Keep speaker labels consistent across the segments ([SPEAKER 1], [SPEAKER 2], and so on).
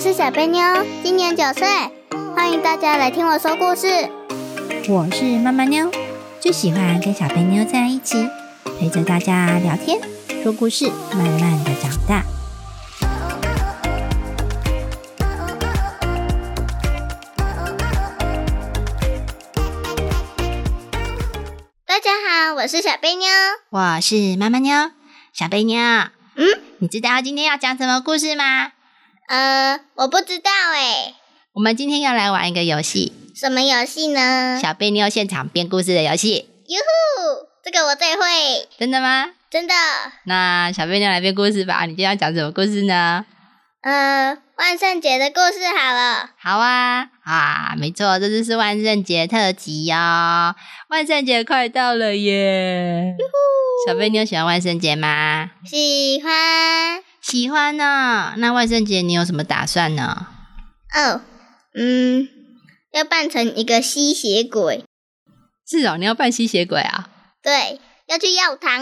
[SPEAKER 1] 是小贝妞，今年九岁，欢迎大家来听我说故事。
[SPEAKER 2] 我是妈妈妞，最喜欢跟小贝妞在一起，陪着大家聊天、说故事，慢慢的长大。
[SPEAKER 1] 大家好，我是小贝妞。
[SPEAKER 2] 我是妈妈妞，小贝妞，
[SPEAKER 1] 嗯，
[SPEAKER 2] 你知道今天要讲什么故事吗？
[SPEAKER 1] 呃，我不知道哎，
[SPEAKER 2] 我们今天要来玩一个游戏，
[SPEAKER 1] 什么游戏呢？
[SPEAKER 2] 小贝妞现场编故事的游戏，
[SPEAKER 1] 哟，这个我最会，
[SPEAKER 2] 真的吗？
[SPEAKER 1] 真的。
[SPEAKER 2] 那小贝妞来编故事吧，你今天要讲什么故事呢？
[SPEAKER 1] 呃，万圣节的故事好了，
[SPEAKER 2] 好啊，啊，没错，这就是万圣节特辑哟、哦，万圣节快到了耶！小贝妞喜欢万圣节吗？
[SPEAKER 1] 喜欢。
[SPEAKER 2] 喜欢呢、那万圣节你有什么打算呢？
[SPEAKER 1] 哦，嗯，要扮成一个吸血鬼，
[SPEAKER 2] 是哦，你要扮吸血鬼啊？
[SPEAKER 1] 对，要去药堂。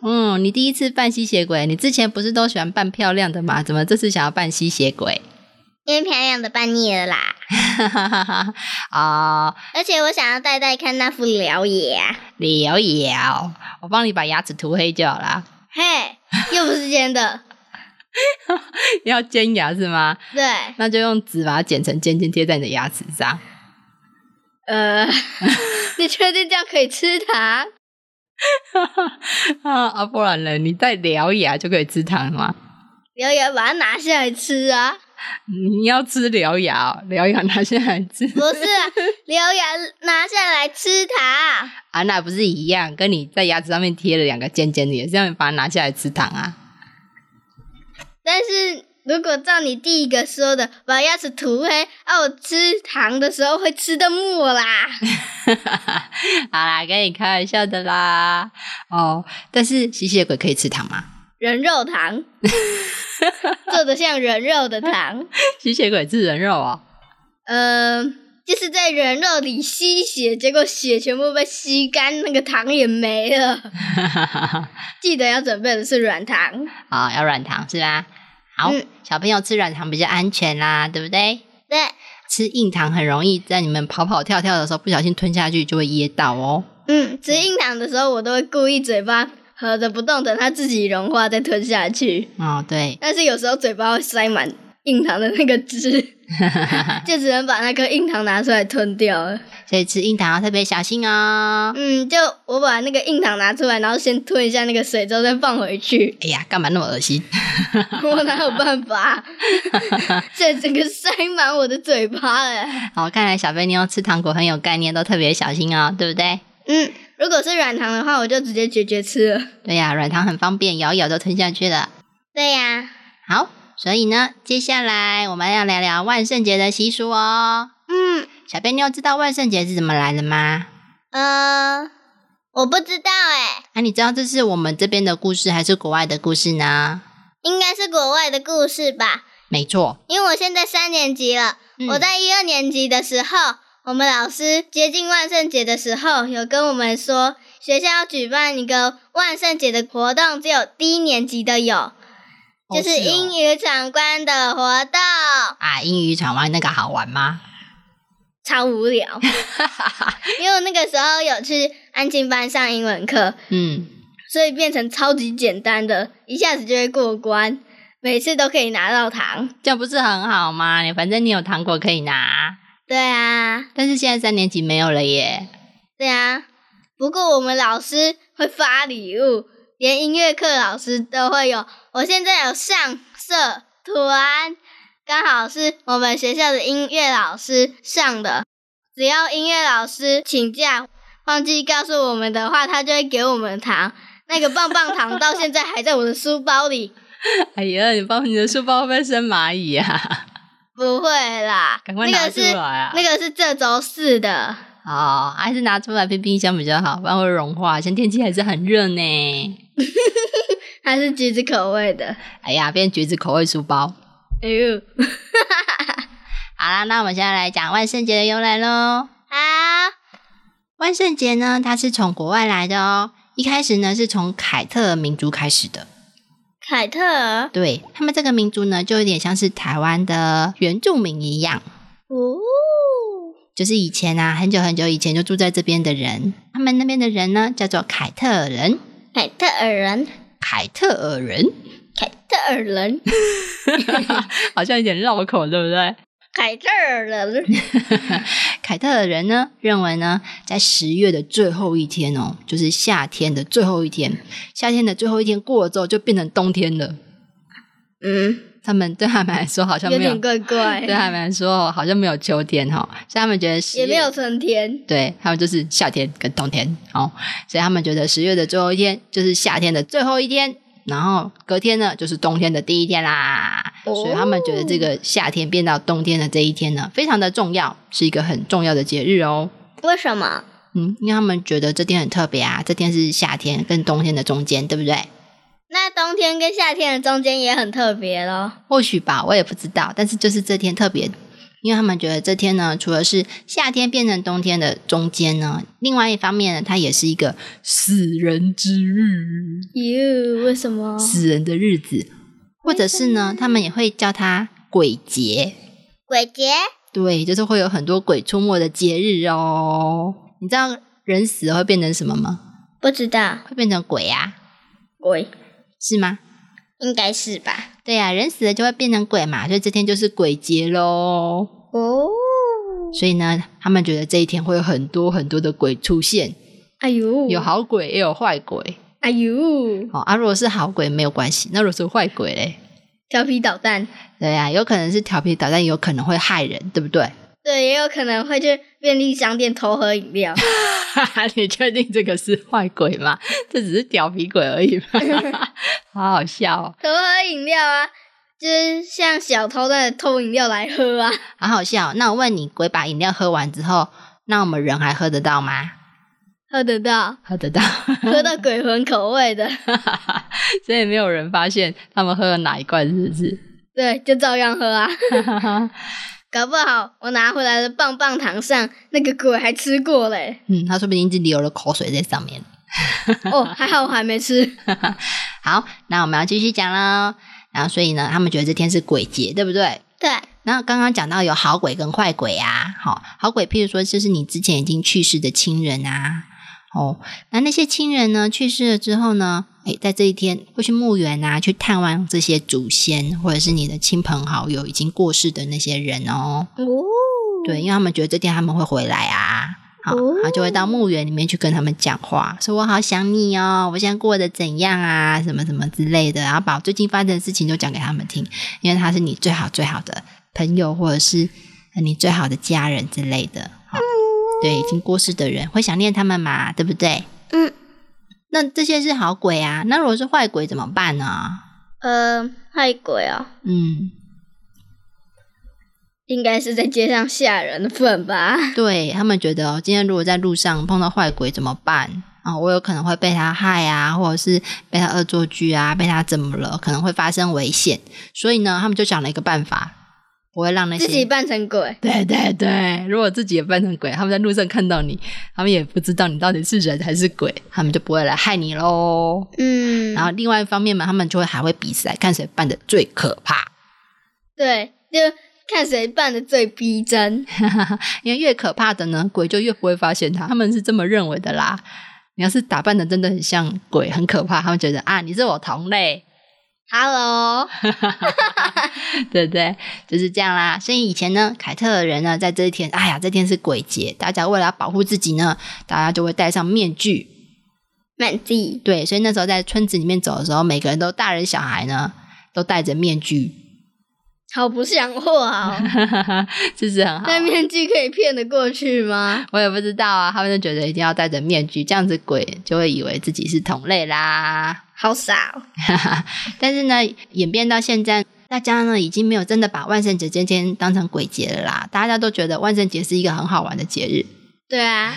[SPEAKER 2] 嗯，你第一次扮吸血鬼，你之前不是都喜欢扮漂亮的吗？怎么这次想要扮吸血鬼？
[SPEAKER 1] 因为漂亮的扮腻了啦，
[SPEAKER 2] 哈哈哈哈！哦，
[SPEAKER 1] 而且我想要戴戴看那副獠牙、啊，
[SPEAKER 2] 聊一聊，我帮你把牙齿涂黑就好啦。
[SPEAKER 1] 嘿，又不是真的，
[SPEAKER 2] 要尖牙是吗？
[SPEAKER 1] 对，
[SPEAKER 2] 那就用纸把它剪成尖尖，贴在你的牙齿上。
[SPEAKER 1] 呃，你确定这样可以吃糖？
[SPEAKER 2] 啊啊，不然呢？你戴獠牙就可以吃糖吗？
[SPEAKER 1] 獠牙把它拿下来吃啊？
[SPEAKER 2] 你要吃獠牙、哦，獠牙拿下来吃
[SPEAKER 1] 不是啊，獠牙拿下来吃糖，
[SPEAKER 2] 啊，那不是一样？跟你在牙齿上面贴了两个尖尖的，也是让你把它拿下来吃糖啊。
[SPEAKER 1] 但是如果照你第一个说的，把牙齿涂黑，啊，我吃糖的时候会吃的木啦。
[SPEAKER 2] 好啦，跟你开玩笑的啦。哦，但是吸血鬼可以吃糖吗？
[SPEAKER 1] 人肉糖，做的像人肉的糖，
[SPEAKER 2] 吸血鬼吃人肉哦。
[SPEAKER 1] 嗯、就是在人肉里吸血，结果血全部被吸干，那个糖也没了。记得要准备的是软糖。
[SPEAKER 2] 啊、要软糖是吧？好，
[SPEAKER 1] 嗯
[SPEAKER 2] 小朋友吃软糖比较安全啦，对不对？
[SPEAKER 1] 对，
[SPEAKER 2] 吃硬糖很容易在你们跑跑跳跳的时候不小心吞下去就会噎到哦。
[SPEAKER 1] 嗯，吃硬糖的时候，我都会故意嘴巴合着不动，等它自己融化再吞下去。
[SPEAKER 2] 哦，对，
[SPEAKER 1] 但是有时候嘴巴会塞满硬糖的那个汁，就只能把那颗硬糖拿出来吞掉了。
[SPEAKER 2] 所以吃硬糖要特别小心哦。
[SPEAKER 1] 嗯，就我把那个硬糖拿出来，然后先吞一下那个水，之后再放回 去。
[SPEAKER 2] 哎呀，干嘛那么恶心？
[SPEAKER 1] 我哪有办法？这整个塞满我的嘴巴哎。
[SPEAKER 2] 哦，看来小贝妞吃糖果很有概念，都特别小心哦，对不对？
[SPEAKER 1] 嗯，如果是软糖的话，我就直接咀嚼吃了。
[SPEAKER 2] 对呀、软糖很方便，咬一咬就吞下去了。
[SPEAKER 1] 对呀、
[SPEAKER 2] 好，所以呢，接下来我们要聊聊万圣节的习俗哦。
[SPEAKER 1] 嗯
[SPEAKER 2] 小贝妞知道万圣节是怎么来的吗？
[SPEAKER 1] 呃，我不知道哎，
[SPEAKER 2] 那、啊你知道这是我们这边的故事还是国外的故事呢？
[SPEAKER 1] 应该是国外的故事吧？
[SPEAKER 2] 没错，
[SPEAKER 1] 因为我现在三年级了，
[SPEAKER 2] 嗯
[SPEAKER 1] 我在一二年级的时候，我们老师接近万圣节的时候，有跟我们说，学校要举办一个万圣节的活动，只有低年级的有，
[SPEAKER 2] 哦
[SPEAKER 1] 就是
[SPEAKER 2] 哦
[SPEAKER 1] 英语闯关的活动，
[SPEAKER 2] 啊，英语闯关那个好玩吗？
[SPEAKER 1] 超无聊。因为我那个时候有去安静班上英文课，
[SPEAKER 2] 嗯，
[SPEAKER 1] 所以变成超级简单的，一下子就会过关，每次都可以拿到糖。
[SPEAKER 2] 这样不是很好吗？你反正你有糖果可以拿，
[SPEAKER 1] 对啊，
[SPEAKER 2] 但是现在三年级没有了耶。
[SPEAKER 1] 对啊，不过我们老师会发礼物，连音乐课老师都会有。我现在有上社团，刚好是我们学校的音乐老师上的。只要音乐老师请假忘记告诉我们的话，他就会给我们糖。那个棒棒糖到现在还在我的书包里，
[SPEAKER 2] 哎呀，你包你的书包会不会生蚂蚁 啊？
[SPEAKER 1] 不会啦，
[SPEAKER 2] 赶快
[SPEAKER 1] 那
[SPEAKER 2] 拿
[SPEAKER 1] 个
[SPEAKER 2] 出
[SPEAKER 1] 是
[SPEAKER 2] 来啊！
[SPEAKER 1] 那个是这周四的。
[SPEAKER 2] 哦，还是拿出来冰冰箱比较好，不然会融化。现在天气还是很热呢。
[SPEAKER 1] 它是橘子口味的，
[SPEAKER 2] 哎呀，变橘子口味书包。
[SPEAKER 1] 哎呦，
[SPEAKER 2] 好啦，那我们现在来讲万圣节的由来喽。
[SPEAKER 1] 好，
[SPEAKER 2] 万圣节呢，它是从国外来的哦。一开始呢，是从凯特民族开始的。
[SPEAKER 1] 凯特尔
[SPEAKER 2] 对他们这个民族呢，就有点像是台湾的原住民一样，
[SPEAKER 1] 哦，
[SPEAKER 2] 就是以前啊，很久很久以前就住在这边的人，他们那边的人呢叫做凯特尔人，
[SPEAKER 1] 凯特尔人，
[SPEAKER 2] 凯特尔人
[SPEAKER 1] 凯特尔人，
[SPEAKER 2] 好像有点绕口，对不对？
[SPEAKER 1] 凯特尔人，
[SPEAKER 2] 凯特尔人呢认为呢，在十月的最后一天哦，就是夏天的最后一天，夏天的最后一天过了之后就变成冬天了。
[SPEAKER 1] 嗯，
[SPEAKER 2] 他们对他们来说好像
[SPEAKER 1] 有
[SPEAKER 2] 没有，
[SPEAKER 1] 点怪
[SPEAKER 2] 对
[SPEAKER 1] 怪，
[SPEAKER 2] 他们来说哦好像没有秋天哈、哦，所以他们觉得十
[SPEAKER 1] 也
[SPEAKER 2] 月
[SPEAKER 1] 没有春天，
[SPEAKER 2] 对他们就是夏天跟冬天哦，所以他们觉得十月的最后一天就是夏天的最后一天，然后隔天呢就是冬天的第一天
[SPEAKER 1] 哦
[SPEAKER 2] 啦。所以他们觉得这个夏天变到冬天的这一天呢，非常的重要，是一个很重要的节日哦。
[SPEAKER 1] 为什么？
[SPEAKER 2] 嗯，因为他们觉得这天很特别啊，这天是夏天跟冬天的中间，对不对？
[SPEAKER 1] 那冬天跟夏天的中间也很特别咯。
[SPEAKER 2] 或许吧，我也不知道，但是就是这天特别，因为他们觉得这天呢，除了是夏天变成冬天的中间呢，另外一方面呢，它也是一个死人之日，
[SPEAKER 1] 哟，为什么？
[SPEAKER 2] 死人的日子，或者是呢，他们也会叫它鬼节，
[SPEAKER 1] 鬼节？
[SPEAKER 2] 对，就是会有很多鬼出没的节日哦。你知道人死了会变成什么吗？
[SPEAKER 1] 不知道，
[SPEAKER 2] 会变成鬼啊，
[SPEAKER 1] 鬼
[SPEAKER 2] 是吗？
[SPEAKER 1] 应该是吧？
[SPEAKER 2] 对呀、人死了就会变成鬼嘛，所以这天就是鬼节喽。
[SPEAKER 1] 哦，
[SPEAKER 2] 所以呢，他们觉得这一天会有很多很多的鬼出现，
[SPEAKER 1] 哎呦，
[SPEAKER 2] 有，好鬼也有坏鬼。
[SPEAKER 1] 哎呦，
[SPEAKER 2] 哦，啊，如果是好鬼没有关系，那如果是坏鬼嘞？
[SPEAKER 1] 调皮捣蛋，
[SPEAKER 2] 对呀、有可能是调皮捣蛋，有可能会害人，对不对？
[SPEAKER 1] 对，也有可能会去便利商店偷喝饮料。
[SPEAKER 2] 你确定这个是坏鬼吗？这只是调皮鬼而已嘛，好好笑哦，
[SPEAKER 1] 偷喝饮料啊，就是像小偷那样偷饮料来喝啊，
[SPEAKER 2] 好好笑哦。那我问你，鬼把饮料喝完之后，那我们人还喝得到吗？
[SPEAKER 1] 喝得 到，
[SPEAKER 2] 喝得到，
[SPEAKER 1] 喝到鬼魂口味的，
[SPEAKER 2] 所以没有人发现他们喝了哪一罐，是不是？
[SPEAKER 1] 对，就照样喝啊。 搞不好我拿回来的棒棒糖上，那个鬼还吃过 嘞。
[SPEAKER 2] 嗯，他说不定一直流了口水在上面。
[SPEAKER 1] 哦，还好我还没吃。
[SPEAKER 2] 好，那我们要继续讲喽。然后，所以呢，他们觉得这天是鬼节，对不对？
[SPEAKER 1] 对，
[SPEAKER 2] 然后刚刚讲到有好鬼跟坏鬼啊，好、好鬼，譬如说就是你之前已经去世的亲人啊，哦，那那些亲人呢去世了之后呢，诶，在这一天会去墓园啊，去探望这些祖先或者是你的亲朋好友已经过世的那些人哦，
[SPEAKER 1] 哦，
[SPEAKER 2] 对，，因为他们觉得这天他们会回来啊。好，
[SPEAKER 1] 哦
[SPEAKER 2] 然后就会到墓园里面去跟他们讲话，说我好想你哦，我现在过得怎样啊，什么什么之类的，然后把最近发生的事情都讲给他们听，因为他是你最好最好的朋友，或者是呃你最好的家人之类的。
[SPEAKER 1] 嗯
[SPEAKER 2] 好对，已经过世的人会想念他们嘛，对不对？
[SPEAKER 1] 嗯，
[SPEAKER 2] 那这些是好鬼啊，那如果是坏鬼怎么办呢？
[SPEAKER 1] 呃，害鬼哦，
[SPEAKER 2] 嗯，
[SPEAKER 1] 应该是在街上吓人的份吧？
[SPEAKER 2] 对他们觉得、哦，今天如果在路上碰到坏鬼怎么办？啊、我有可能会被他害啊，或者是被他恶作剧啊，被他怎么了，可能会发生危险。所以呢，他们就想了一个办法，不会让那 些
[SPEAKER 1] 自己扮成鬼，
[SPEAKER 2] 对对对，如果自己也扮成鬼，他们在路上看到你，他们也不知道你到底是人还是鬼，他们就不会来害你喽。
[SPEAKER 1] 嗯，
[SPEAKER 2] 然后另外一方面嘛，他们就会还会比赛，看谁扮的最可怕。
[SPEAKER 1] 对，就看谁扮的最逼 真。
[SPEAKER 2] 因为越可怕的呢，鬼就越不会发现他，他们是这么认为的啦。你要是打扮的真的很像鬼，很可怕，他们觉得啊，你是我同类，
[SPEAKER 1] Hello，
[SPEAKER 2] 对不对？就是这样啦。所以以前呢，凯特人呢，在这一天，哎呀，这天是鬼节，大家为了要保护自己呢，大家就会戴上面具。
[SPEAKER 1] 满地，
[SPEAKER 2] 对，所以那时候在村子里面走的时候，每个人都大人小孩呢，都戴着面具，
[SPEAKER 1] 好不像话哦。
[SPEAKER 2] 是不 是很好？
[SPEAKER 1] 戴面具可以骗得过去吗？
[SPEAKER 2] 我也不知道啊，他们就觉得一定要戴着面具，这样子鬼就会以为自己是同类啦。
[SPEAKER 1] 好傻哦！
[SPEAKER 2] 但是呢，演变到现在，大家呢已经没有真的把万圣节这天当成鬼节了啦。大家都觉得万圣节是一个很好玩的节日，
[SPEAKER 1] 对 啊，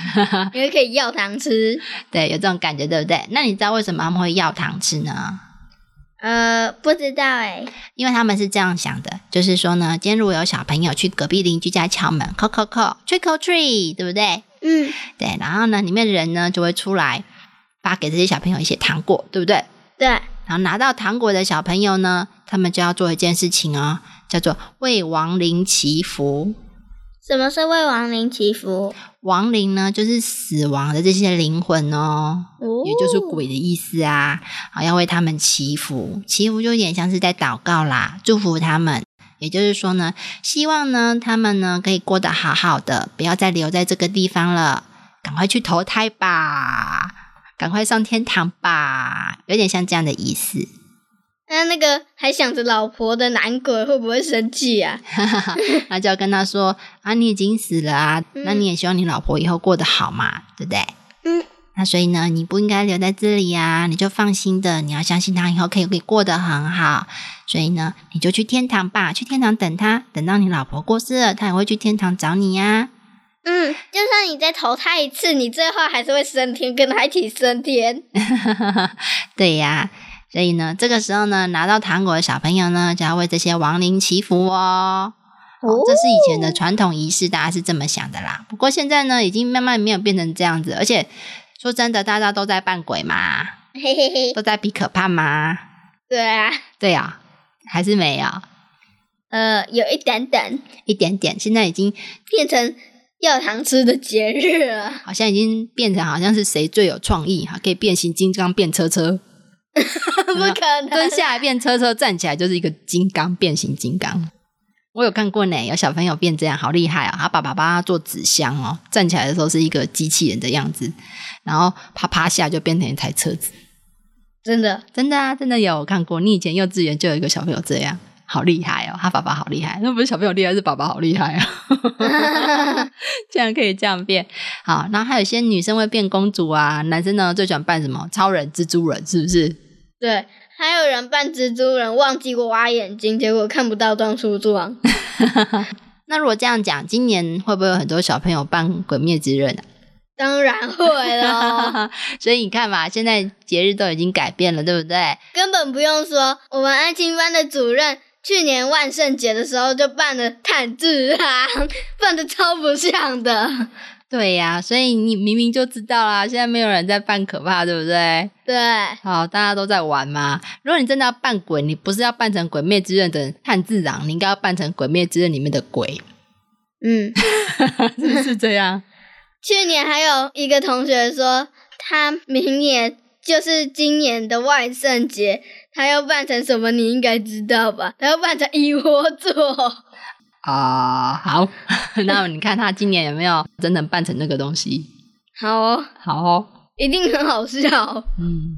[SPEAKER 1] 因为可以要糖吃。
[SPEAKER 2] 对，有这种感觉，对不对？那你知道为什么他们会要糖吃呢？
[SPEAKER 1] 呃，不知道哎、
[SPEAKER 2] 因为他们是这样想的，就是说呢，今天如果有小朋友去隔壁邻居家敲门，叩叩叩，trick or treat，对不对？
[SPEAKER 1] 嗯，
[SPEAKER 2] 对，然后呢，里面的人呢就会出来发给这些小朋友一些糖果，对不对？
[SPEAKER 1] 对，
[SPEAKER 2] 然后拿到糖果的小朋友呢，他们就要做一件事情哦，叫做为亡灵祈福。
[SPEAKER 1] 什么是为亡灵祈福？
[SPEAKER 2] 亡灵呢，就是死亡的这些灵魂哦，
[SPEAKER 1] 哦
[SPEAKER 2] 也就是鬼的意思啊。好，要为他们祈福，祈福就有点像是在祷告啦，祝福他们。也就是说呢，希望呢他们呢可以过得好好的，不要再留在这个地方了，赶快去投胎吧，赶快上天堂吧，有点像这样的意思。
[SPEAKER 1] 那那个还想着老婆的男鬼会不会生气啊？
[SPEAKER 2] 那就要 跟他说啊，你已经死了啊，
[SPEAKER 1] 嗯
[SPEAKER 2] 那你也希望你老婆以后过得好嘛，对不对？
[SPEAKER 1] 嗯。
[SPEAKER 2] 那所以呢，你不应该留在这里啊，你就放心的，你要相信他以后可以可以过得很好。所以呢，你就去天堂吧，去天堂等他，等到你老婆过世了，他也会去天堂找你啊呀、
[SPEAKER 1] 嗯，就算你再投胎一次，你最后还是会升天，跟他一起升天。
[SPEAKER 2] 对呀、所以呢，这个时候呢，拿到糖果的小朋友呢，就要为这些亡灵祈福哦。
[SPEAKER 1] 哦
[SPEAKER 2] 这是以前的传统仪式，大家是这么想的啦。不过现在呢，已经慢慢没有变成这样子，而且说真的，大家都在扮鬼嘛，
[SPEAKER 1] 嘿嘿嘿，
[SPEAKER 2] 都在比可怕嘛。
[SPEAKER 1] 对啊，
[SPEAKER 2] 对呀、还是没有
[SPEAKER 1] 呃，有一点点
[SPEAKER 2] 一点点。现在已经
[SPEAKER 1] 变成要糖吃的节日啊 了。
[SPEAKER 2] 好像已经变成好像是谁最有创意哈，可以变形金刚变车车，
[SPEAKER 1] 不可能，
[SPEAKER 2] 蹲下来变车车，站起来就是一个金刚变形金刚。我有看过呢，有小朋友变这样，好厉害啊！他爸爸帮他做纸箱哦，站起来的时候是一个机器人的样子，然后啪啪下就变成一台车子。
[SPEAKER 1] 真的
[SPEAKER 2] 真的啊，真的有我看过。你以前幼稚园就有一个小朋友这样，好厉害哦！他爸爸好厉害，那不是小朋友厉害，是爸爸好厉害啊！ 竟然可以这样变好。然后还有一些女生会变公主啊，男生呢最喜欢扮什么超人、蜘蛛人，是不是？
[SPEAKER 1] 对。还有人扮蜘蛛人，忘记挖眼睛，结果看不到撞树状。
[SPEAKER 2] 那如果这样讲，今年会不会有很多小朋友扮鬼灭之刃啊？啊
[SPEAKER 1] 当然会咯。
[SPEAKER 2] 所以你看嘛，现在节日都已经改变了，对不对？
[SPEAKER 1] 根本不用说，我们安亲班的主任去年万圣节的时候就扮了炭治郎，扮的超不像的。
[SPEAKER 2] 对呀、所以你明明就知道啦，现在没有人在扮可怕，对不对？
[SPEAKER 1] 对，嗯
[SPEAKER 2] 好，大家都在玩嘛。如果你真的要扮鬼，你不是要扮成《鬼灭之刃》的炭治郎，你应该要扮成《鬼灭之刃》里面的鬼，
[SPEAKER 1] 嗯，
[SPEAKER 2] 是不是这样？
[SPEAKER 1] 去年还有一个同学说，他明年就是今年的万圣节，他要扮成什么？你应该知道吧？他要扮成一窝座。
[SPEAKER 2] 啊、好， 那你看他今年有没有真的扮成那个东西？
[SPEAKER 1] 好哦，
[SPEAKER 2] 好哦，
[SPEAKER 1] 一定很好笑。
[SPEAKER 2] 嗯。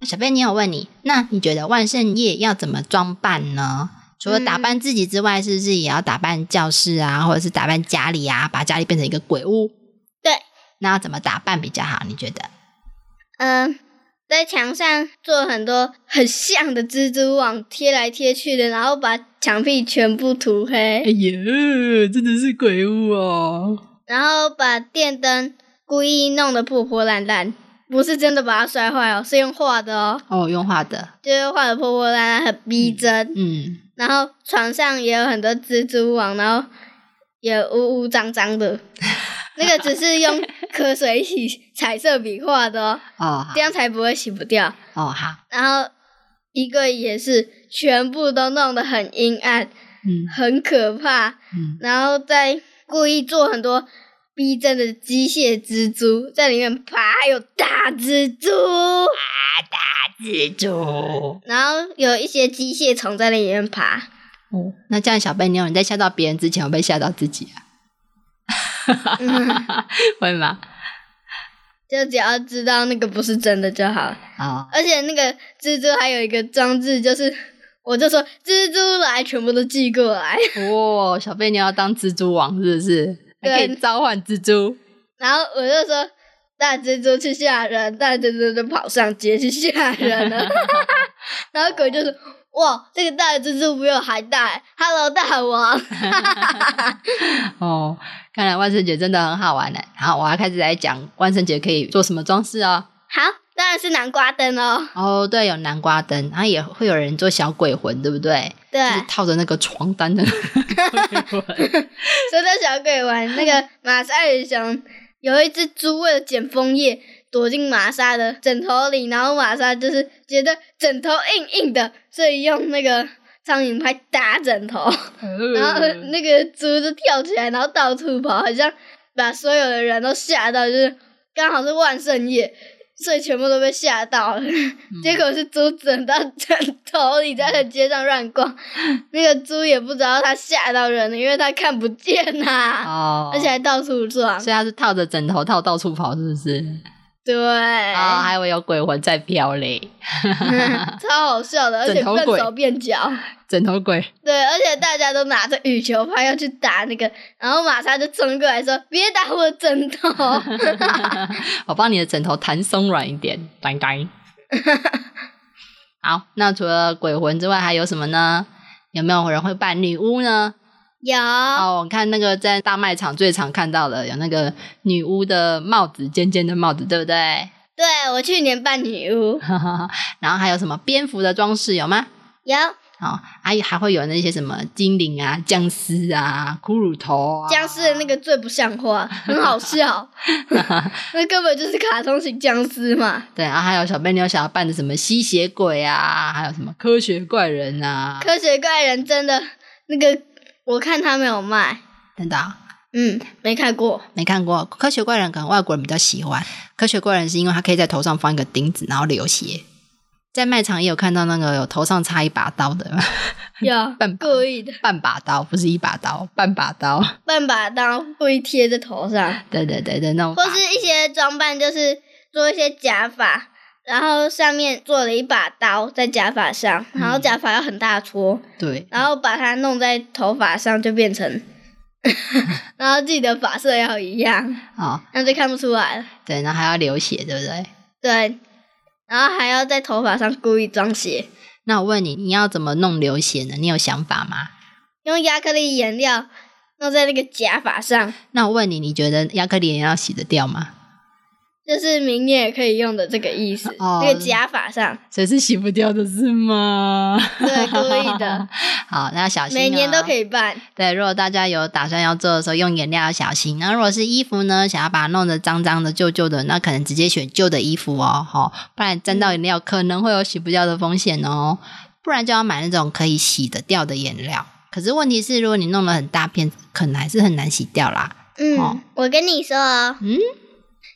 [SPEAKER 2] 那小贝，你有问你，那你觉得万圣夜要怎么装扮呢？除了打扮自己之外，是不是也要打扮教室啊，或者是打扮家里啊，把家里变成一个鬼屋？
[SPEAKER 1] 对，
[SPEAKER 2] 那要怎么打扮比较好？你觉得？
[SPEAKER 1] 嗯，在墙上做很多很像的蜘蛛网，贴来贴去的，然后把墙壁全部涂黑，
[SPEAKER 2] 呦，哎真的是鬼屋哦！
[SPEAKER 1] 然后把电灯故意弄得破破烂烂，不是真的把它摔坏哦，是用画的哦，
[SPEAKER 2] 哦，用画的，
[SPEAKER 1] 就是画的破破烂烂，很逼真。
[SPEAKER 2] 嗯，
[SPEAKER 1] 然后床上也有很多蜘蛛网，然后也污污脏脏的。那个只是用可水洗彩色笔画的哦，
[SPEAKER 2] 哦，
[SPEAKER 1] 这样才不会洗不掉。
[SPEAKER 2] 好，哦，好，
[SPEAKER 1] 然后衣柜也是全部都弄得很阴暗，
[SPEAKER 2] 嗯
[SPEAKER 1] 很可怕，
[SPEAKER 2] 嗯，
[SPEAKER 1] 然后再故意做很多逼真的机械蜘蛛在里面爬，还有大蜘蛛，
[SPEAKER 2] 蜘蛛。
[SPEAKER 1] 然后有一些机械虫在里面爬，
[SPEAKER 2] 哦，那这样小笨妞，你在吓到别人之前，有被吓到自己啊？ 会吗？
[SPEAKER 1] 就只要知道那个不是真的就好了。
[SPEAKER 2] 哦，
[SPEAKER 1] 而且那个蜘蛛还有一个装置，就是我就说蜘蛛来，全部都寄过来，
[SPEAKER 2] 哇、哦小笨妞要当蜘蛛王是不是？还可以
[SPEAKER 1] 对
[SPEAKER 2] 召唤蜘蛛。
[SPEAKER 1] 然后我就说大蜘蛛去吓人，大蜘蛛就跑上街去吓人了。 然后鬼就说：“哇，这个大蜘蛛比我还大，Hello 大王。
[SPEAKER 2] 哦，看来万圣节真的很好玩呢。好，我要开始来讲万圣节可以做什么装饰哦。”
[SPEAKER 1] 好，当然是南瓜灯哦。
[SPEAKER 2] 哦，对，有南瓜灯，然后也会有人做小鬼魂，对不对？
[SPEAKER 1] 对
[SPEAKER 2] 就，是套着那个床单的鬼魂。
[SPEAKER 1] 哎说到小鬼玩那个马赛尔熊，有一只猪为了捡枫叶，躲进玛莎的枕头里，然后玛莎就是觉得枕头硬硬的，所以用那个苍蝇拍打枕头，然后呃那个猪就跳起来，然后到处跑，好像把所有的人都吓到，就是刚好是万圣夜，所以全部都被吓到了。
[SPEAKER 2] 嗯
[SPEAKER 1] 结果是猪整到枕头里，在那街上乱逛，那个猪也不知道它吓到人了，因为它看不见呐、
[SPEAKER 2] 哦，
[SPEAKER 1] 而且还到处撞
[SPEAKER 2] 所。以他是套着枕头套到处跑，是不是？
[SPEAKER 1] 对，
[SPEAKER 2] 哦，还以为有鬼魂在飘嘞，
[SPEAKER 1] 超好笑的，而且
[SPEAKER 2] 枕头
[SPEAKER 1] 笨
[SPEAKER 2] 鬼
[SPEAKER 1] 手笨脚。
[SPEAKER 2] 枕 头鬼。
[SPEAKER 1] 对，而且大家都拿着羽球拍要去打那个，然后玛莎就冲过来说：“别打我枕头。
[SPEAKER 2] 我帮你的枕头弹松软一点，呆呆。好，那除了鬼魂之外，还有什么呢？有没有人会扮女巫呢？”
[SPEAKER 1] 有，
[SPEAKER 2] 哦，我看那个在大卖场最常看到的有那个女巫的帽子，尖尖的帽子，对不对？
[SPEAKER 1] 对我去年扮女巫，
[SPEAKER 2] 然后还有什么蝙蝠的装饰有吗？
[SPEAKER 1] 有
[SPEAKER 2] 哦，还有还会有那些什么精灵啊、僵尸啊、骷髅头啊，
[SPEAKER 1] 僵尸的那个最不像话，很好 笑，那根本就是卡通型僵尸嘛。
[SPEAKER 2] 对，然后还有小贝妞想要扮的什么吸血鬼啊，还有什么科学怪人啊，
[SPEAKER 1] 科学怪人真的那个，我看他没有卖，
[SPEAKER 2] 等等啊。
[SPEAKER 1] 嗯，没看过。
[SPEAKER 2] 没看过科学怪人，可能外国人比较喜欢。科学怪人是因为他可以在头上放一个钉子，然后流血。在卖场也有看到那个有头上插一把刀的，
[SPEAKER 1] 有
[SPEAKER 2] 笨吧
[SPEAKER 1] 故意的，
[SPEAKER 2] 半把刀，不是一把刀，半把刀。
[SPEAKER 1] 半把刀故意贴在头上。
[SPEAKER 2] 对对对对，那种
[SPEAKER 1] 或
[SPEAKER 2] 把
[SPEAKER 1] 是一些装扮，就是做一些假发，然后上面做了一把刀在假发上，然后假发要很大撮，
[SPEAKER 2] 对
[SPEAKER 1] 然后把它弄在头发上就变成， 然后自己的发色要一样，
[SPEAKER 2] 哦，
[SPEAKER 1] 那就看不出来了。
[SPEAKER 2] 对，然后还要流血，对不对？
[SPEAKER 1] 对，然后还要在头发上故意装血，
[SPEAKER 2] 那我问你，你要怎么弄流血呢？你有想法吗？
[SPEAKER 1] 用亚克力颜料弄在那个假发上，
[SPEAKER 2] 那我问你，你觉得亚克力也要洗得掉吗？
[SPEAKER 1] 就是明年也可以用的这个意思，
[SPEAKER 2] 哦
[SPEAKER 1] 那个假发上，
[SPEAKER 2] 所以是洗不掉的是吗？
[SPEAKER 1] 对，故意 的，。
[SPEAKER 2] 好，那小心、哦。
[SPEAKER 1] 每年都可以办。
[SPEAKER 2] 对，如果大家有打算要做的时候，用颜料要小心。那如果是衣服呢，想要把它弄得脏脏的、旧旧的，那可能直接选旧的衣服哦，吼、不然沾到颜
[SPEAKER 1] 嗯
[SPEAKER 2] 料可能会有洗不掉的风险哦。不然就要买那种可以洗得掉的颜料。可是问题是，如果你弄了很大片，可能还是很难洗掉啦。哦
[SPEAKER 1] 嗯，我跟你说哦，
[SPEAKER 2] 嗯，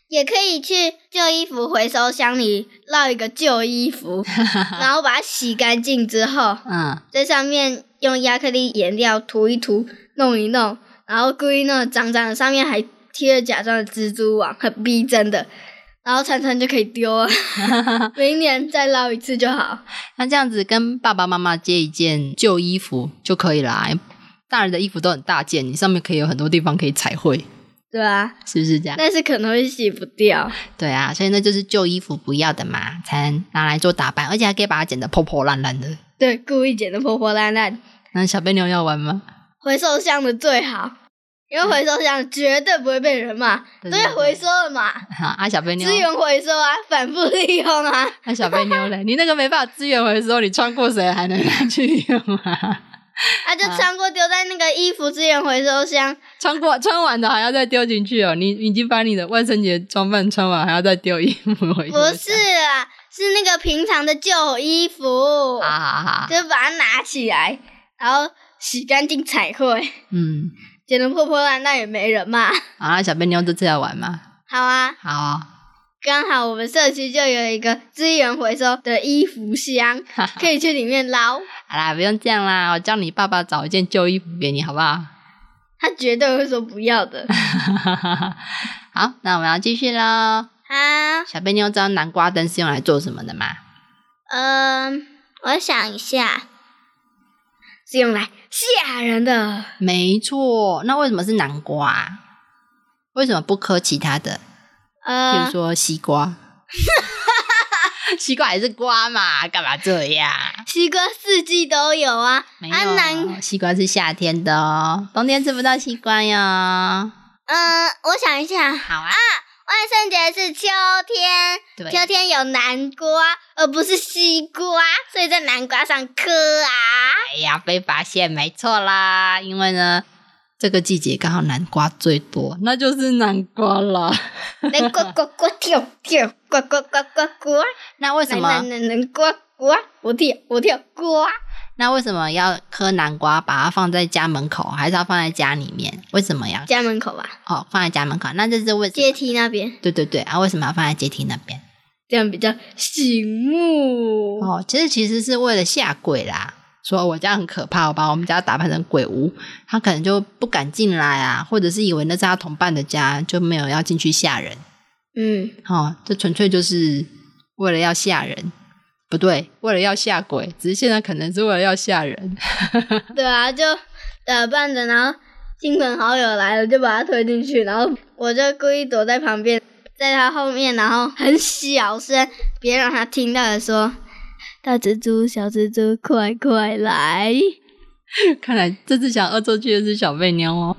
[SPEAKER 1] 也可以去旧衣服回收箱里烙一个旧衣 服，然后把它洗干净之后，
[SPEAKER 2] 嗯，
[SPEAKER 1] 在上面用亚克力颜料涂一涂，弄一弄，然后故意弄得脏脏的，上面还贴了假装的蜘蛛网，很逼真的。然后餐餐就可以丢 了，明年再烙一次就好。
[SPEAKER 2] 那这样子跟爸爸妈妈借一件旧衣服就可以啦。哎大人的衣服都很大件，你上面可以有很多地方可以彩绘，
[SPEAKER 1] 对啊，
[SPEAKER 2] 是不是这样？
[SPEAKER 1] 但是可能会洗不掉。
[SPEAKER 2] 对啊，所以那就是旧衣服不要的嘛，才能拿来做打扮，而且还可以把它剪得破破烂烂的。
[SPEAKER 1] 对，故意剪得破破烂烂，
[SPEAKER 2] 那小贝妞要玩吗？
[SPEAKER 1] 回收箱的最好，因为回收箱绝对不会被人骂，
[SPEAKER 2] 对
[SPEAKER 1] 都
[SPEAKER 2] 对
[SPEAKER 1] 要回收了嘛，
[SPEAKER 2] 好啊，小贝妞
[SPEAKER 1] 资，源回收啊，反复利用 啊，
[SPEAKER 2] 那、小贝妞嘞，你那个没办法资源回收，你穿过谁还能拿去用啊？
[SPEAKER 1] 啊就穿过丢在那个衣服资源回收箱，
[SPEAKER 2] 穿过穿完的还要再丢进去哦。你已经把你的万圣节装扮穿完，还要再丢衣服回去？
[SPEAKER 1] 不是啊，是那个平常的旧衣服，
[SPEAKER 2] 啊好好好
[SPEAKER 1] 就把它拿起来，然后洗干净彩绘，
[SPEAKER 2] 嗯，
[SPEAKER 1] 剪得破破烂烂也没人骂。
[SPEAKER 2] 好，那小贝妞这次要玩吗？
[SPEAKER 1] 好啊，
[SPEAKER 2] 好哦、
[SPEAKER 1] 刚好我们社区就有一个资源回收的衣服 箱，可以去里面捞，
[SPEAKER 2] 好啦，不用这样啦，我叫你爸爸找一件旧衣服给你，好不 好？
[SPEAKER 1] 他绝对会说不要 的。
[SPEAKER 2] 好，那我们要继续喽。
[SPEAKER 1] 好。
[SPEAKER 2] 小贝妞知道南瓜灯是用来做什么的吗？
[SPEAKER 1] 嗯，我想一下，是用来吓人的。
[SPEAKER 2] 没错，那为什么是南瓜？为什么不磕其他的？比如
[SPEAKER 1] 呃，
[SPEAKER 2] 说西瓜， 西瓜也是瓜嘛，干嘛这样？
[SPEAKER 1] 西瓜四季都有啊。
[SPEAKER 2] 没
[SPEAKER 1] 啊南，
[SPEAKER 2] 有，西瓜是夏天的哦，冬天吃不到西瓜哟。
[SPEAKER 1] 嗯，我想一下，万
[SPEAKER 2] 好啊，
[SPEAKER 1] 圣节是秋天，
[SPEAKER 2] 对，
[SPEAKER 1] 秋天有南瓜，而不是西瓜，所以在 南瓜上刻啊。
[SPEAKER 2] 哎呀，被发现，没错啦。因为呢，这个季节刚好南瓜最多，那就是南瓜啦。
[SPEAKER 1] 能呱呱呱跳跳，呱呱呱呱呱，
[SPEAKER 2] 那为什
[SPEAKER 1] 能
[SPEAKER 2] 么？
[SPEAKER 1] 能能能呱呱，我跳我跳呱。
[SPEAKER 2] 那为什么要颗南瓜把它放在家门口，还是要放在家里面？为什么要
[SPEAKER 1] 家门口吧，
[SPEAKER 2] 哦放在家门口？那这是为什
[SPEAKER 1] 阶梯那边，
[SPEAKER 2] 对对对啊，为什么要放在阶梯那边？
[SPEAKER 1] 这样比较醒目。
[SPEAKER 2] 哦，其实其实是为了吓鬼啦，说我家很可怕，我把我们家打扮成鬼屋，他可能就不敢进来啊，或者是以为那是他同伴的家，就没有要进去吓人。
[SPEAKER 1] 嗯，
[SPEAKER 2] 哦，这纯粹就是为了要吓人，不对，为了要吓鬼，只是现在可能是为了要吓人。
[SPEAKER 1] 对啊，就打扮着，然后亲朋好友来了就把他推进去，然后我就故意躲在旁边，在他后面，然后很小声，别让他听到的说：“大蜘蛛，小蜘蛛，快快来
[SPEAKER 2] 看来这只小恶作剧的是小贝妞哦。！”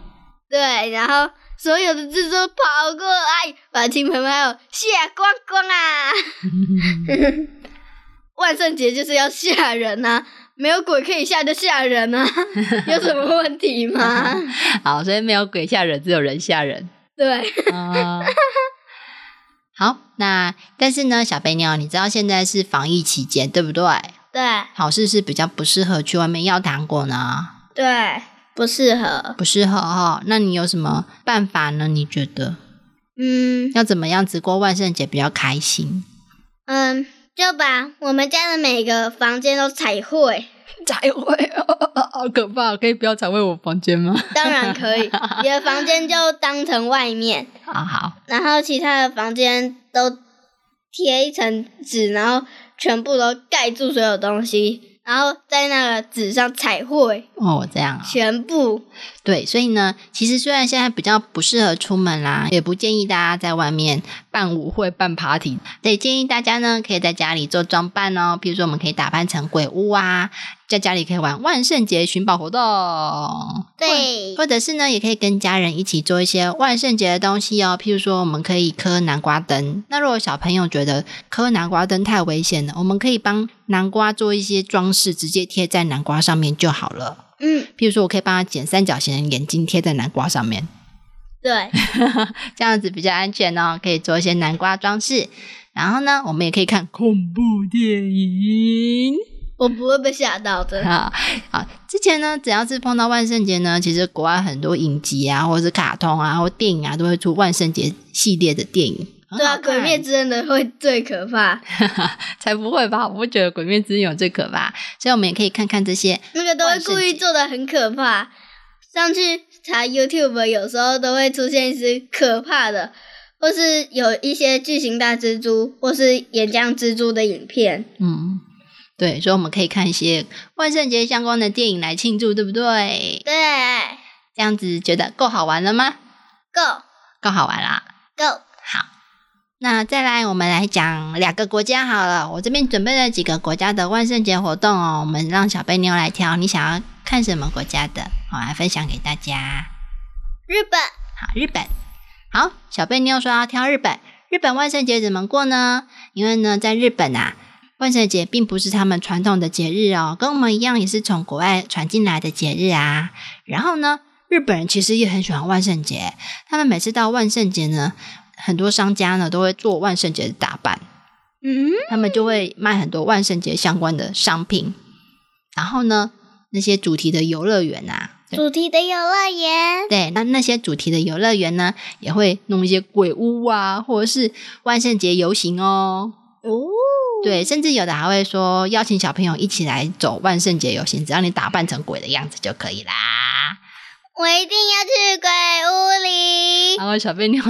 [SPEAKER 1] 对，然后所有的蜘蛛跑过来，把亲朋好友吓光光啊！万圣节就是要吓人呐、没有鬼可以吓就吓人呐、有什么问题吗？
[SPEAKER 2] 好，所以没有鬼吓人，只有人吓人。
[SPEAKER 1] 对。
[SPEAKER 2] 啊，好，那但是呢，小贝妞，你知道现在是防疫期间，对不对？
[SPEAKER 1] 对
[SPEAKER 2] 好事是比较不适合去外面要糖果呢，
[SPEAKER 1] 对，不适合。
[SPEAKER 2] 不适合哦。那你有什么办法呢？你觉得
[SPEAKER 1] 嗯
[SPEAKER 2] 要怎么样子过万圣节比较开心？
[SPEAKER 1] 嗯，就把我们家的每个房间都彩绘，
[SPEAKER 2] 彩绘哦，好可怕！可以不要彩绘我房间吗？
[SPEAKER 1] 当然可 以。你的房间就当成外面，
[SPEAKER 2] 啊，好，
[SPEAKER 1] 然后其他的房间都贴一层纸，然后全部都盖住所有东西，然后在那个纸上彩绘
[SPEAKER 2] 哦，这样啊、
[SPEAKER 1] 全部。
[SPEAKER 2] 对，所以呢，其实虽然现在比较不适合出门啦，也不建议大家在外面办舞会、办 party。对，建议大家呢可以在家里做装扮哦，比如说我们可以打扮成鬼屋啊，在家里可以玩万圣节寻宝活动，
[SPEAKER 1] 对，
[SPEAKER 2] 或者是呢也可以跟家人一起做一些万圣节的东西哦，譬如说我们可以刻南瓜灯。那如果小朋友觉得刻南瓜灯太危险了，我们可以帮南瓜做一些装饰，直接贴在南瓜上面就好了。
[SPEAKER 1] 嗯，
[SPEAKER 2] 譬如说，我可以帮他剪三角形的眼睛贴在南瓜上面，
[SPEAKER 1] 对，
[SPEAKER 2] 这样子比较安全哦，可以做一些南瓜装饰。然后呢，我们也可以看恐怖电影。
[SPEAKER 1] 我不会被吓到的。
[SPEAKER 2] 啊啊！之前呢，只要是碰到万圣节呢，其实国外很多影集啊，或者是卡通啊，或电影啊，都会出万圣节系列的电影。
[SPEAKER 1] 对啊，
[SPEAKER 2] 很好看
[SPEAKER 1] 鬼灭之刃的会最可怕，
[SPEAKER 2] 才不会吧？我不觉得《鬼灭之刃》有最可怕，所以我们也可以看看这些
[SPEAKER 1] 那个都会
[SPEAKER 2] 万圣
[SPEAKER 1] 故意
[SPEAKER 2] 节
[SPEAKER 1] 做的很可怕。上去查 YouTube，有时候都会出现一些可怕的，或是有一些巨型大蜘蛛，或是岩浆蜘蛛的影片。
[SPEAKER 2] 嗯，对，所以我们可以看一些万圣节相关的电影来庆祝，对不对？
[SPEAKER 1] 对
[SPEAKER 2] 这样子觉得够好玩了吗？
[SPEAKER 1] ，Go
[SPEAKER 2] 够好玩啦！
[SPEAKER 1] Go，
[SPEAKER 2] 那再来，我们来讲两个国家好了。我这边准备了几个国家的万圣节活动哦，我们让小贝妞来挑，你想要看什么国家的，我来分享给大家。
[SPEAKER 1] 日本
[SPEAKER 2] 好，日本。好，小贝妞说要挑日本。日本万圣节怎么过呢？因为呢，在日本啊，万圣节并不是他们传统的节日哦，跟我们一样也是从国外传进来的节日啊。然后呢，日本人其实也很喜欢万圣节，他们每次到万圣节呢，很多商家呢都会做万圣节的打扮，
[SPEAKER 1] 嗯，
[SPEAKER 2] 他们就会卖很多万圣节相关的商品。然后呢，那些主题的游乐园啊，
[SPEAKER 1] 主题的游乐园，
[SPEAKER 2] 对，那那些主题的游乐园呢，也会弄一些鬼屋啊，或者是万圣节游行哦。
[SPEAKER 1] 哦，
[SPEAKER 2] 对，甚至有的还会说邀请小朋友一起来走万圣节游行，只要你打扮成鬼的样子就可以啦。
[SPEAKER 1] 我一定要去鬼屋里。
[SPEAKER 2] 然后小贝 妞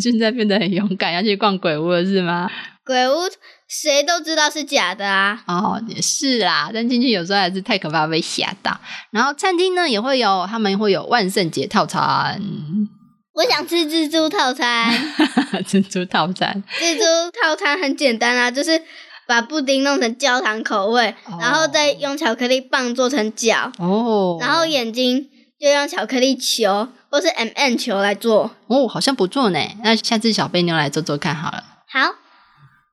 [SPEAKER 2] 现在变得很勇敢，要去逛鬼屋了是吗？
[SPEAKER 1] 鬼屋谁都知道是假的啊，
[SPEAKER 2] 哦，也是啦，但进去有时候还是太可怕，被吓到。然后餐厅呢也会有，他们会有万圣节套餐，
[SPEAKER 1] 我想吃蜘蛛套餐。
[SPEAKER 2] 珍珠套餐。
[SPEAKER 1] 蜘蛛套餐很简单啊，就是把布丁弄成焦糖口味，
[SPEAKER 2] 哦
[SPEAKER 1] 然后再用巧克力棒做成角，
[SPEAKER 2] 哦，
[SPEAKER 1] 然后眼睛就用巧克力球或是 M、m 球来做。
[SPEAKER 2] 哦，好像不错呢。那下次小贝妞来做做看好了。
[SPEAKER 1] 好，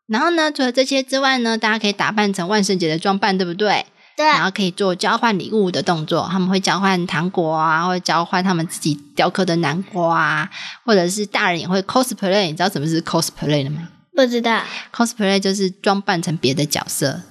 [SPEAKER 2] 然后呢，除了这些之外呢，大家可以打扮成万圣节的装扮，对不对？
[SPEAKER 1] 对对，
[SPEAKER 2] 然后可以做交换礼物的动作，他们会交换糖果啊，或者交换他们自己雕刻的南瓜啊，或者是大人也会 cosplay。你知道什么是 cosplay 的吗
[SPEAKER 1] 不知道
[SPEAKER 2] ？cosplay 就是装扮成别的角色，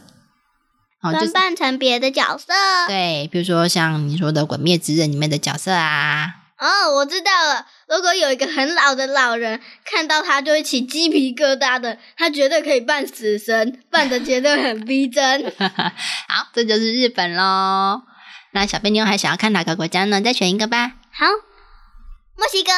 [SPEAKER 2] 哦，就
[SPEAKER 1] 装
[SPEAKER 2] 是
[SPEAKER 1] 扮成别的角色。
[SPEAKER 2] 对，比如说像你说的《鬼灭之刃》里面的角色啊，
[SPEAKER 1] 哦，我知道了。如果有一个很老的老人看到他就会起鸡皮疙瘩的，他绝对可以扮死神，扮的绝对很逼 真。
[SPEAKER 2] 好，这就是日本喽。那小贝妞还想要看哪个国家呢？再选一个吧。
[SPEAKER 1] 好，墨西哥，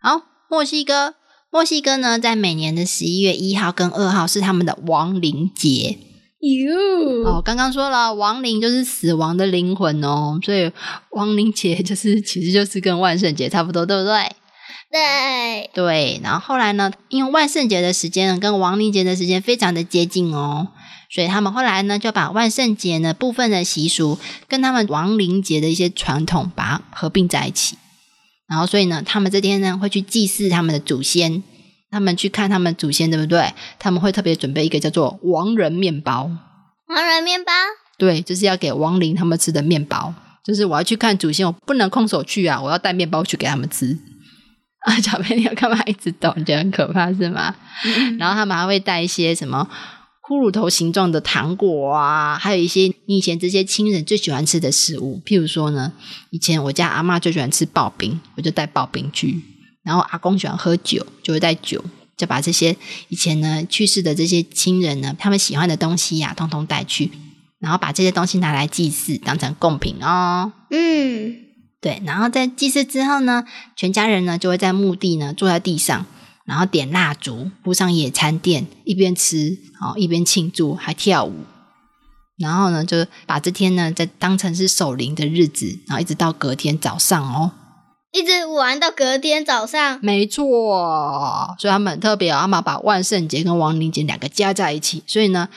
[SPEAKER 2] 好，墨西哥。墨西哥呢，在每年的十一月一号跟二号是他们的亡灵节
[SPEAKER 1] 哟，
[SPEAKER 2] 哦。刚刚说了，亡灵就是死亡的灵魂哦，所以亡灵节就是其实就是跟万圣节差不多，对不对？
[SPEAKER 1] 对，
[SPEAKER 2] 对，然后后来呢，因为万圣节的时间跟亡灵节的时间非常的接近哦，所以他们后来呢就把万圣节呢部分的习俗跟他们亡灵节的一些传统把它合并在一起，然后所以呢，他们这天呢会去祭祀他们的祖先，他们去看他们祖先，对不对？他们会特别准备一个叫做亡人面包，
[SPEAKER 1] 黄人面包，
[SPEAKER 2] 对，就是要给亡灵他们吃的面包。就是我要去看祖先，我不能空手去啊！我要带面包去给他们吃。 啊，小朋友干嘛一直抖？你觉得很可怕是吗？然后他们还会带一些什么骷髅头形状的糖果啊，还有一些你以前这些亲人最喜欢吃的食物，譬如说呢，以前我家阿嬷最喜欢吃刨冰，我就带刨冰去；然后阿公喜欢喝酒，就会带酒。就把这些以前呢去世的这些亲人呢，他们喜欢的东西呀、通通带去，然后把这些东西拿来祭祀，当成贡品哦。
[SPEAKER 1] 嗯，
[SPEAKER 2] 对，然后在祭祀之后呢，全家人呢就会在墓地呢坐在地上，然后点蜡烛，铺上野餐垫，一边吃哦一边庆祝，还跳舞。然后呢，就把这天呢再当成是守灵的日子，然后一直到隔天早上哦。
[SPEAKER 1] 一直玩到隔天早上。
[SPEAKER 2] 没错，所以他们很特别哦，他们把万圣节跟亡灵节两个加在一起。所以呢，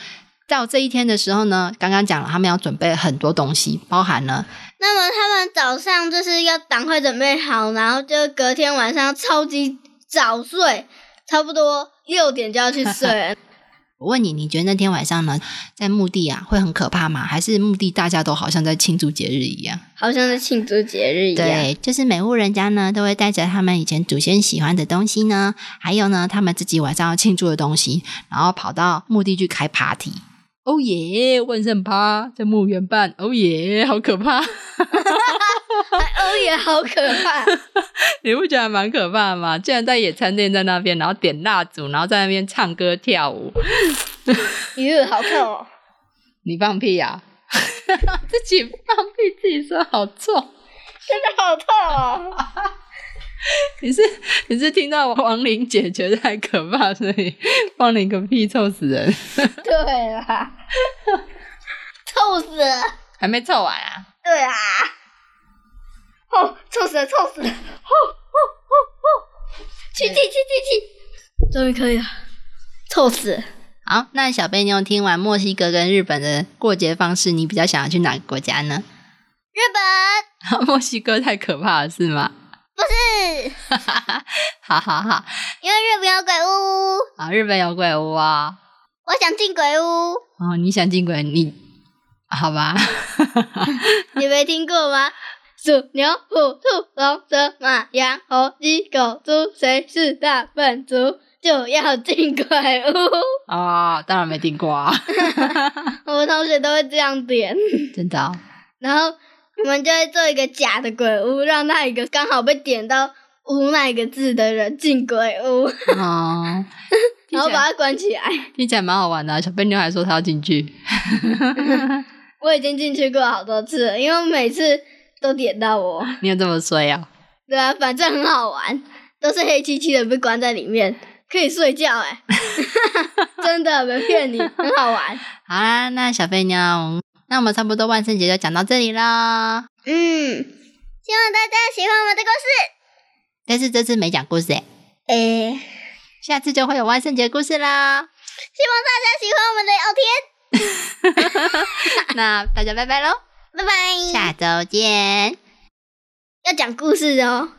[SPEAKER 2] 到这一天的时候呢，刚刚讲了，他们要准备很多东西，包含了
[SPEAKER 1] 那么他们早上就是要赶快准备好，然后就隔天晚上超级早睡，差不多六点就要去 睡了。
[SPEAKER 2] 我问你，你觉得那天晚上呢，在墓地啊会很可怕吗？还是墓地大家都好像在庆祝节日一样？
[SPEAKER 1] 好像是庆祝节日一样。
[SPEAKER 2] 对，就是每户人家呢都会带着他们以前祖先喜欢的东西呢，还有呢他们自己晚上要庆祝的东西，然后跑到墓地去开 party。哦耶，万圣趴在墓园办，哦耶，好可怕！
[SPEAKER 1] 哦，也好可怕。
[SPEAKER 2] 你不觉得还蛮可怕的吗？竟然在野餐垫在那边，然后点蜡烛，然后在那边唱歌跳舞，
[SPEAKER 1] 哟，好臭哦！
[SPEAKER 2] 你放屁呀、啊！ 自己放屁，自己说好臭。
[SPEAKER 1] 真的好痛哦！
[SPEAKER 2] 你是你是听到亡灵姐觉得太可怕，所以放你个屁，臭死人！
[SPEAKER 1] 对啦， 臭死了！
[SPEAKER 2] 还没臭完啊？
[SPEAKER 1] 对啊，哦，臭死了，臭死了！哦哦哦哦，去去去去去！终于可以了，臭死了！
[SPEAKER 2] 好，那小贝妞听完墨西哥跟日本的过节方式，你比较想要去哪个国家呢？
[SPEAKER 1] 日本
[SPEAKER 2] 墨西哥太可怕了，是吗？
[SPEAKER 1] 不是
[SPEAKER 2] 好好好，
[SPEAKER 1] 嗯因为日本有鬼屋，
[SPEAKER 2] 啊，日本有鬼屋啊、
[SPEAKER 1] 我想进鬼屋，
[SPEAKER 2] 哦！你想进鬼你？好吧，
[SPEAKER 1] 你没听过吗？鼠、牛、虎、兔、龙、蛇、马、羊、猴、鸡、狗、猪，谁是大笨猪？就要进鬼屋。
[SPEAKER 2] 哦，当然没听过啊，
[SPEAKER 1] 我们同学都会这样点，
[SPEAKER 2] 真的哦、
[SPEAKER 1] 然后我们就会做一个假的鬼屋，让那一个刚好被点到“屋”那一个字的人进鬼屋，
[SPEAKER 2] 哦，听
[SPEAKER 1] 然后
[SPEAKER 2] 起来
[SPEAKER 1] 把它关起来。
[SPEAKER 2] 听起来蛮好玩的啊、小贝妞还说她要进去，
[SPEAKER 1] 我已经进去过好多次了，因为每次都点到我。
[SPEAKER 2] 你有这么衰啊？
[SPEAKER 1] 对啊，反正很好玩，都是黑漆漆的，被关在里面，可以睡觉 哎、真的没骗你，很好玩。
[SPEAKER 2] 好啦，那小贝妞，那我们差不多万圣节就讲到这里啦。
[SPEAKER 1] 嗯，希望大家喜欢我们的故事。
[SPEAKER 2] 但是这次没讲故事诶，欸
[SPEAKER 1] 诶、
[SPEAKER 2] 下次就会有万圣节故事啦。
[SPEAKER 1] 希望大家喜欢我们的聊天，
[SPEAKER 2] 那大家拜拜喽，
[SPEAKER 1] 拜拜。
[SPEAKER 2] 下周见。
[SPEAKER 1] 要讲故事哦。